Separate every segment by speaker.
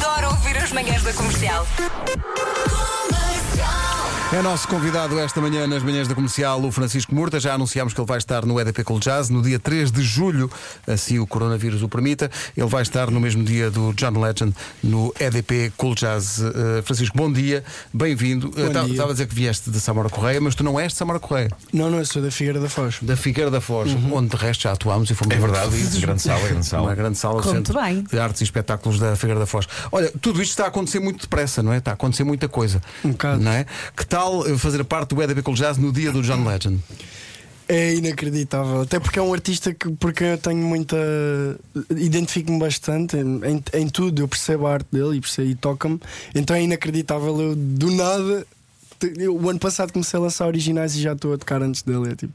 Speaker 1: Adoro ouvir as manhãs da comercial.
Speaker 2: É nosso convidado esta manhã nas manhãs da comercial, o Francisco Murta. Já anunciámos que ele vai estar no EDP Cool Jazz no dia 3 de julho, assim o coronavírus o permita. Ele vai estar no mesmo dia do John Legend no EDP Cool Jazz. Eh, Francisco, bom dia, bem-vindo. Eh, ta-
Speaker 3: dia.
Speaker 2: Estava a dizer que vieste de Samora Correia, mas tu não és de Samora Correia, Uhum.
Speaker 3: Não, não, eu sou da Figueira da Foz.
Speaker 2: da Figueira da Foz, onde de resto já atuámos e fomos
Speaker 4: É
Speaker 2: a
Speaker 4: verdade,
Speaker 2: muitos
Speaker 4: isso, grande sala, grande
Speaker 2: Uma
Speaker 4: sala.
Speaker 2: grande sala
Speaker 5: Como
Speaker 2: centro
Speaker 5: tu bem.
Speaker 2: de artes e espetáculos da Figueira da Foz. Olha, tudo isto está a acontecer muito depressa, não é? Está a acontecer muita coisa.
Speaker 3: Um bocado.
Speaker 2: Não é? Que tal eh, fazer parte do EDP Cool Jazz no dia do John Legend?
Speaker 3: É inacreditável. Até porque é um artista que porque eu tenho muita. identifico-me bastante em, em- em tudo. Eu percebo a arte dele e, percebo- e toca-me. Então é inacreditável. Eu do nada. te- eu, o ano passado comecei a lançar originais e já estou a tocar antes dele. É tipo.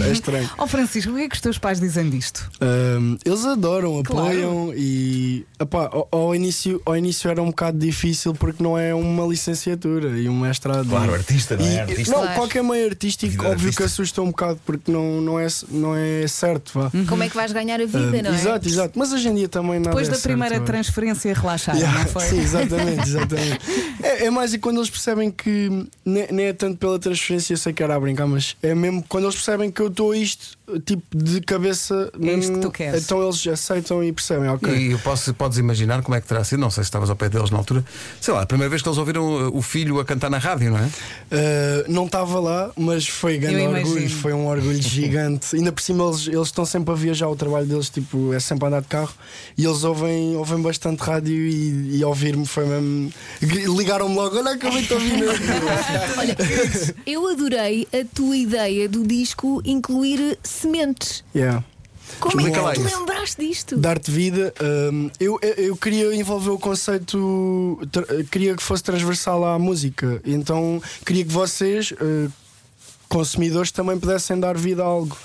Speaker 3: É estranho.
Speaker 5: Ó Francisco, o que é que os teus pais dizem disto?
Speaker 3: Ahm, eles adoram,
Speaker 5: Claro.
Speaker 3: apoiam e epá, ao, ao início, ao início era um bocado difícil porque não é uma licenciatura e um mestrado.
Speaker 4: Claro, artista, não é?
Speaker 3: E-
Speaker 4: Artista.
Speaker 3: não,
Speaker 4: Claro.
Speaker 3: qualquer meio artístico,
Speaker 4: Vida de
Speaker 3: óbvio
Speaker 4: artista.
Speaker 3: que assusta um bocado porque não, não, é, não é certo. Vá.
Speaker 5: Uhum.
Speaker 6: Como é que vais ganhar a vida,
Speaker 3: Ahm,
Speaker 6: não é?
Speaker 3: Ah, Exato, exato. Mas hoje em dia também nada
Speaker 5: Depois
Speaker 3: é
Speaker 5: da
Speaker 3: certo,
Speaker 5: primeira
Speaker 3: vá.
Speaker 5: transferência relaxada,
Speaker 3: Yeah,
Speaker 5: não foi?
Speaker 3: Sim, exatamente, exatamente. é, é mais e quando eles percebem que ne- nem é tanto pela transferência, eu sei que era a brincar, mas é mesmo quando eles percebem que eu estou isto tipo de cabeça mesmo,
Speaker 5: É isto que tu queres.
Speaker 3: Então eles aceitam e percebem, ok.
Speaker 2: E eu posso, podes imaginar como é que terá sido, não sei se estavas ao pé deles na altura, sei lá, a primeira vez que eles ouviram uh, o filho a cantar na rádio, não é?
Speaker 3: Uh, não estava lá, mas foi grande
Speaker 5: Eu
Speaker 3: orgulho,
Speaker 5: imagino.
Speaker 3: foi um orgulho gigante. Ainda por cima eles, eles estão sempre a viajar o trabalho deles, tipo, é sempre a andar de carro e eles ouvem, ouvem bastante rádio e, e ouvir-me foi mesmo. gri- Ligaram-me logo, olha, acabei de ouvir. meu filho."
Speaker 6: Olha, eu adorei a tua ideia do disco incluir sementes.
Speaker 3: yeah.
Speaker 6: Como é
Speaker 2: Explica lá
Speaker 6: que tu
Speaker 2: isso.
Speaker 6: lembraste disto?
Speaker 3: Dar-te vida. hum, eu, eu, eu queria envolver o conceito, tra- queria que fosse transversal à música. Então queria que vocês, eh, consumidores, também pudessem dar vida a algo.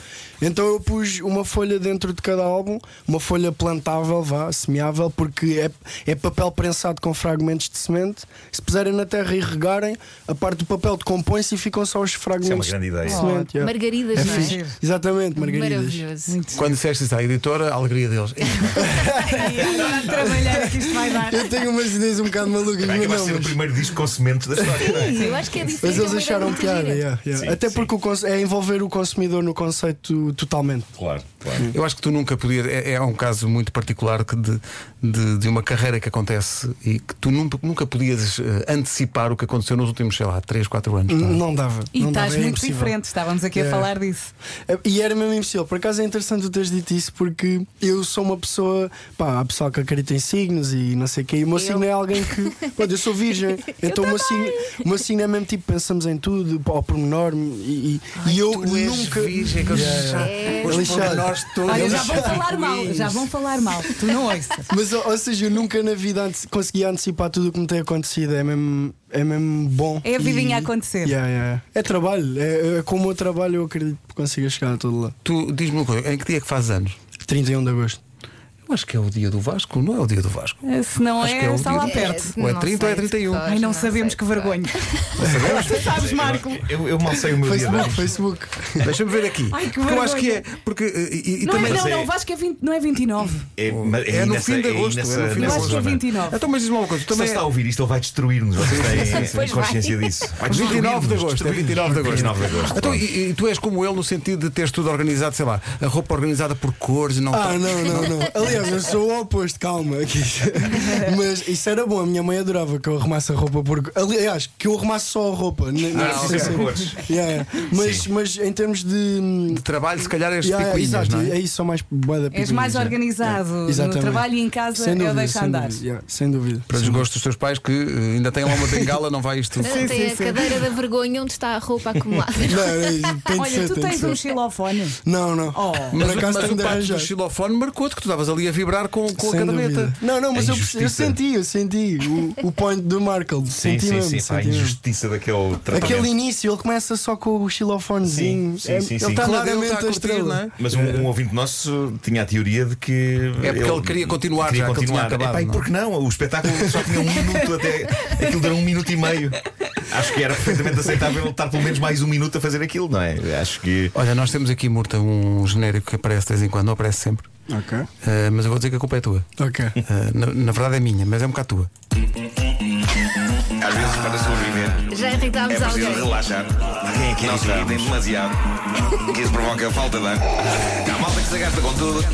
Speaker 3: Então eu pus uma folha dentro de cada álbum, uma folha plantável, vá, semeável, porque é, é papel prensado com fragmentos de semente. Se puserem na terra e regarem, a parte do papel decompõe-se e ficam só os
Speaker 4: Isso é uma
Speaker 3: fragmentos
Speaker 4: grande ideia.
Speaker 3: de semente. yeah.
Speaker 6: Margaridas,
Speaker 5: É
Speaker 6: não é?
Speaker 5: fixe.
Speaker 3: Exatamente, margaridas.
Speaker 6: Maravilhoso.
Speaker 5: Muito
Speaker 2: Quando disseste isso à editora, a alegria deles.
Speaker 5: Agora trabalhar que isto vai dar.
Speaker 3: Eu tenho umas ideias um bocado malucas,
Speaker 4: Vai
Speaker 3: mas
Speaker 4: acabar
Speaker 3: não.
Speaker 4: sendo o
Speaker 3: mas-
Speaker 4: primeiro disco com sementes da história, não é?
Speaker 6: Eu acho que é diferente.
Speaker 3: Mas
Speaker 6: é
Speaker 3: eles
Speaker 6: uma ideia
Speaker 3: acharam
Speaker 6: muito
Speaker 3: piada,
Speaker 6: gira.
Speaker 3: yeah, yeah.
Speaker 4: Sim,
Speaker 3: até
Speaker 4: sim.
Speaker 3: porque o cons- é envolver o consumidor no conceito totalmente.
Speaker 4: Claro, claro.
Speaker 2: Eu acho que tu nunca podias. É, é um caso muito particular que de, de, de uma carreira que acontece e que tu nunca, nunca podias eh, antecipar o que aconteceu nos últimos, sei lá, 3, 4 anos.
Speaker 3: N-
Speaker 2: não é?
Speaker 3: Não dava.
Speaker 5: E
Speaker 3: não
Speaker 5: estás
Speaker 3: dava, era
Speaker 5: muito
Speaker 3: é impossível.
Speaker 5: diferente, estávamos aqui a
Speaker 3: Yeah.
Speaker 5: falar disso.
Speaker 3: É, E era mesmo impossível. Por acaso é interessante tu teres dito isso porque eu sou uma pessoa. Pá, há pessoal que acredita em signos e não sei o quê. E o meu signo é alguém que. Pronto, eu sou virgem. Então o meu signo, o meu signo é mesmo tipo pensamos em tudo, ao pormenor. E, e, e eu
Speaker 2: Tu és
Speaker 3: nunca.
Speaker 2: virgem, que eu já-
Speaker 6: É.
Speaker 2: os
Speaker 3: Lixado.
Speaker 2: pormenores todos.
Speaker 5: Olha, já vão falar mal, já vão falar mal. Tu não ouças.
Speaker 3: Mas, ou, ou seja, eu nunca na vida ante- conseguia antecipar tudo o que me tem acontecido. É mesmo, é mesmo bom.
Speaker 5: É a vidinha a acontecer.
Speaker 3: Yeah, yeah. É trabalho. É, é como o trabalho eu acredito que consiga chegar a todo lado.
Speaker 2: Tu diz-me uma coisa, em que dia é que fazes anos?
Speaker 3: 31 de agosto.
Speaker 2: Eu acho que é o dia do Vasco, não é o dia do Vasco.
Speaker 5: Eh, Se não
Speaker 2: Acho que
Speaker 5: é,
Speaker 2: é o
Speaker 5: está
Speaker 2: dia
Speaker 5: lá
Speaker 2: do-
Speaker 5: perto.
Speaker 2: Ou é
Speaker 6: Não
Speaker 2: 30 ou é
Speaker 6: sei de
Speaker 2: 31?
Speaker 6: cor,
Speaker 5: um. Ai, não
Speaker 6: não
Speaker 5: sabemos
Speaker 6: sei
Speaker 5: que
Speaker 6: de cor.
Speaker 5: vergonha. Tu sabes, Marco.
Speaker 4: Eu, eu mal sei o meu dia de
Speaker 3: Facebook,
Speaker 4: hoje.
Speaker 3: Facebook.
Speaker 2: Deixa-me ver aqui.
Speaker 5: Ai, que
Speaker 2: porque eu acho que é.
Speaker 5: vergonha.
Speaker 2: Porque, eh, e, e
Speaker 5: Não, é,
Speaker 2: também.
Speaker 5: não,
Speaker 4: é-
Speaker 5: não, o Vasco é 20, não é 29.
Speaker 4: É, mas
Speaker 2: É no
Speaker 4: nessa-
Speaker 2: fim de
Speaker 4: aí
Speaker 2: agosto, é
Speaker 4: nessa-
Speaker 2: no fim de
Speaker 4: nessa
Speaker 2: agosto.
Speaker 5: Eu acho que é
Speaker 4: zona.
Speaker 5: 29.
Speaker 2: Então, mas diz-me uma coisa, tu
Speaker 4: Se ele
Speaker 2: também.
Speaker 4: está a ouvir isto, ele vai destruir-nos. Vocês têm
Speaker 6: Pois vai.
Speaker 4: consciência disso. Vai
Speaker 2: 29 de
Speaker 4: destruir-nos,
Speaker 2: agosto, é
Speaker 4: destruir-nos.
Speaker 2: 29 de agosto.
Speaker 4: 29 de agosto.
Speaker 2: Então,
Speaker 4: pronto.
Speaker 2: e, e tu és como ele no sentido de teres tudo organizado, sei lá, a roupa organizada por cores e não.
Speaker 3: Ah, não, não, não. Aliás, eu sou o oposto, calma. aqui. Mas isso era bom, a minha mãe adorava que eu arrumasse a roupa. Porque, aliás, que eu arrumasse só a roupa. Não,
Speaker 4: Ah, ok. Cores.
Speaker 3: Yeah, yeah. Mas, mas em termos de. hum,
Speaker 2: De trabalho, se calhar és
Speaker 3: Yeah, yeah,
Speaker 2: picuinhas,
Speaker 3: exato,
Speaker 2: não é?
Speaker 3: é isso, sou mais boa da é.
Speaker 5: És mais organizado no trabalho e em casa,
Speaker 3: sem dúvida,
Speaker 5: eu deixo
Speaker 3: sem
Speaker 5: andar.
Speaker 3: Dúvida, yeah, sem dúvida.
Speaker 2: Para desgosto dos teus pais que eh, ainda têm lá uma bengala, não vai isto.
Speaker 6: Não, Tem a cadeira da vergonha onde está a roupa acumulada.
Speaker 3: Não, é- tem de
Speaker 5: Olha,
Speaker 3: ser,
Speaker 5: tu
Speaker 3: tem de
Speaker 5: tens
Speaker 3: ser.
Speaker 5: um xilofone.
Speaker 3: Não, não.
Speaker 5: Oh.
Speaker 3: Por
Speaker 2: Mas, o-
Speaker 3: acaso
Speaker 2: mas o
Speaker 3: tenho de
Speaker 2: pacto do
Speaker 3: arranjar.
Speaker 2: xilofone marcou-te que tu estavas ali a vibrar com, com a É
Speaker 3: Sem
Speaker 2: caderneta.
Speaker 3: dúvida. Não, não, mas
Speaker 4: A
Speaker 3: eu, perce- eu
Speaker 4: injustiça.
Speaker 3: senti, eu senti o, o point do Markle.
Speaker 4: Sim,
Speaker 3: senti
Speaker 4: sim,
Speaker 3: mesmo,
Speaker 4: sim. pá, A
Speaker 3: senti mesmo.
Speaker 4: injustiça daquele tratamento.
Speaker 3: Aquele início, ele começa só com o xilofonezinho. É,
Speaker 4: Sim, sim, sim, sim.
Speaker 3: Ele está
Speaker 2: Claro, ele
Speaker 3: claramente
Speaker 2: está a
Speaker 3: a
Speaker 2: curtir,
Speaker 3: estrela.
Speaker 2: não é?
Speaker 4: Mas um, um ouvinte nosso tinha a teoria de que.
Speaker 2: É porque ele queria continuar, já que ele tinha acabado,
Speaker 4: Epá, e
Speaker 2: não é?
Speaker 4: por que não? O espetáculo só tinha um minuto até. Aquilo durou um minuto e meio. acho que era perfeitamente aceitável ele estar pelo menos mais um minuto a fazer aquilo, não é? Acho que.
Speaker 2: Olha, nós temos aqui, Murta, um genérico que aparece de vez em quando, não aparece sempre.
Speaker 3: Ok.
Speaker 2: Eh, mas eu vou dizer que a culpa é tua.
Speaker 3: Ok.
Speaker 2: Eh, na, na verdade é minha, mas é um bocado tua.
Speaker 4: Às vezes para sobreviver
Speaker 6: Já irritámos
Speaker 4: é preciso
Speaker 6: alguém.
Speaker 4: relaxar. é não se irritem demasiado. Que isso provoca falta de ar. Há malta que se gasta com tudo.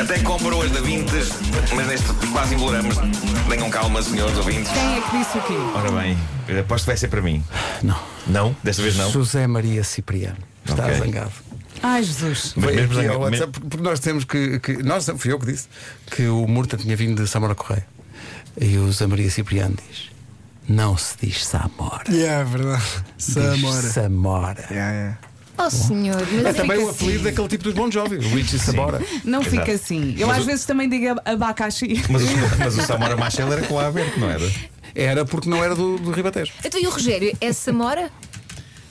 Speaker 4: Até compra hoje da Vintes, mas neste quase imploramos. Tenham calma, senhores ouvintes.
Speaker 5: Quem é que disse o quê?
Speaker 4: Ora bem, aposto que vai ser para mim.
Speaker 2: Não.
Speaker 4: Não? Desta vez não?
Speaker 2: José Maria Cipriano. Está
Speaker 4: Ok.
Speaker 2: zangado.
Speaker 5: Ai, Jesus.
Speaker 4: Mas
Speaker 2: Veio
Speaker 4: mesmo
Speaker 2: aqui
Speaker 4: zanga-
Speaker 2: ao
Speaker 4: me-
Speaker 2: WhatsApp, porque nós temos que, que- Nós, fui eu que disse que o Murta tinha vindo de Samora Correia. E o José Maria Cipriano diz: Não se diz Samora.
Speaker 3: Yeah, é verdade.
Speaker 2: Diz
Speaker 3: Samora.
Speaker 2: Samora.
Speaker 3: Yeah, yeah.
Speaker 6: Oh senhor, mas
Speaker 2: É também
Speaker 6: fica
Speaker 2: o apelido
Speaker 6: assim.
Speaker 2: daquele tipo dos Bon Jovi, Richie Samora.
Speaker 5: Não
Speaker 4: Exato.
Speaker 5: fica assim. Eu
Speaker 4: Mas
Speaker 5: às
Speaker 4: o-
Speaker 5: vezes também digo abacaxi.
Speaker 4: Mas o, mas o Samora Machel era com a aberto, não era?
Speaker 2: Era porque não era do, do Ribatejo.
Speaker 6: Então e o Rogério? É Samora?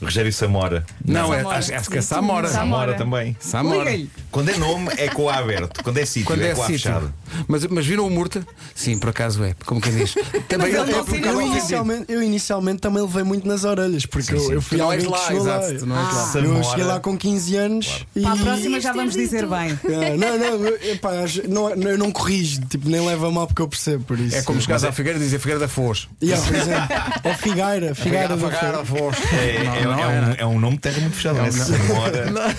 Speaker 4: Rogério Samora.
Speaker 2: Não, é,
Speaker 5: Samora.
Speaker 2: acho, acho que é Samora.
Speaker 5: Samora.
Speaker 4: também.
Speaker 2: Samora.
Speaker 5: Liga-lhe.
Speaker 4: Quando é nome, é com a aberto. Quando é sítio,
Speaker 2: Quando
Speaker 4: é,
Speaker 2: é
Speaker 4: com a
Speaker 2: sítio.
Speaker 4: fechado.
Speaker 2: Mas, mas viram o Murta? Sim, por acaso é. Como quem diz? Também
Speaker 5: ele
Speaker 2: é
Speaker 5: não
Speaker 2: por
Speaker 5: se
Speaker 2: causa
Speaker 3: Eu
Speaker 5: Não,
Speaker 2: do-
Speaker 3: inicialmente, eu inicialmente também levei muito nas orelhas, porque eu, eu
Speaker 2: Tu
Speaker 3: fui
Speaker 2: não
Speaker 3: alguém
Speaker 2: és
Speaker 3: que
Speaker 2: lá,
Speaker 3: chegou lá. Ah.
Speaker 2: exato. tu não é? és lá.
Speaker 4: Samora.
Speaker 3: Eu cheguei lá com 15 anos e.
Speaker 5: Para a próxima já
Speaker 6: Ias
Speaker 5: vamos
Speaker 6: ter dito.
Speaker 5: dizer bem.
Speaker 3: É, não, não, eu, epá, acho- não, não, eu não corrijo, tipo, nem leva a mal porque eu percebo por isso.
Speaker 2: É como chegares à Figueira e dizes a Figueira da Foz.
Speaker 3: Yeah, por exemplo, ou Figueira, Figueira do
Speaker 2: Figueira da
Speaker 3: Fogo.
Speaker 2: Foz.
Speaker 4: É, é- é um, é um nome de terra muito fechado, né? Samora.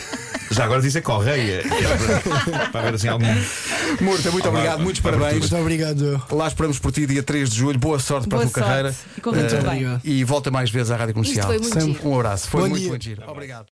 Speaker 4: Já agora dizem Correia. Para, para ver assim algum.
Speaker 2: Murta, muito
Speaker 4: Olá,
Speaker 2: obrigado, muitos
Speaker 4: abertura.
Speaker 2: parabéns.
Speaker 3: Muito obrigado. eu.
Speaker 2: Lá esperamos por ti dia 3 de julho. Boa sorte para
Speaker 5: Boa
Speaker 2: a tua
Speaker 5: sorte.
Speaker 2: carreira.
Speaker 5: E corre
Speaker 2: Eh,
Speaker 5: tudo
Speaker 3: bem.
Speaker 2: E volta mais vezes à Rádio
Speaker 6: Isto
Speaker 2: Comercial.
Speaker 6: foi muito
Speaker 3: Sempre.
Speaker 6: giro.
Speaker 2: Um abraço. Foi
Speaker 3: Bom
Speaker 2: muito,
Speaker 3: dia.
Speaker 2: muito giro. Obrigado.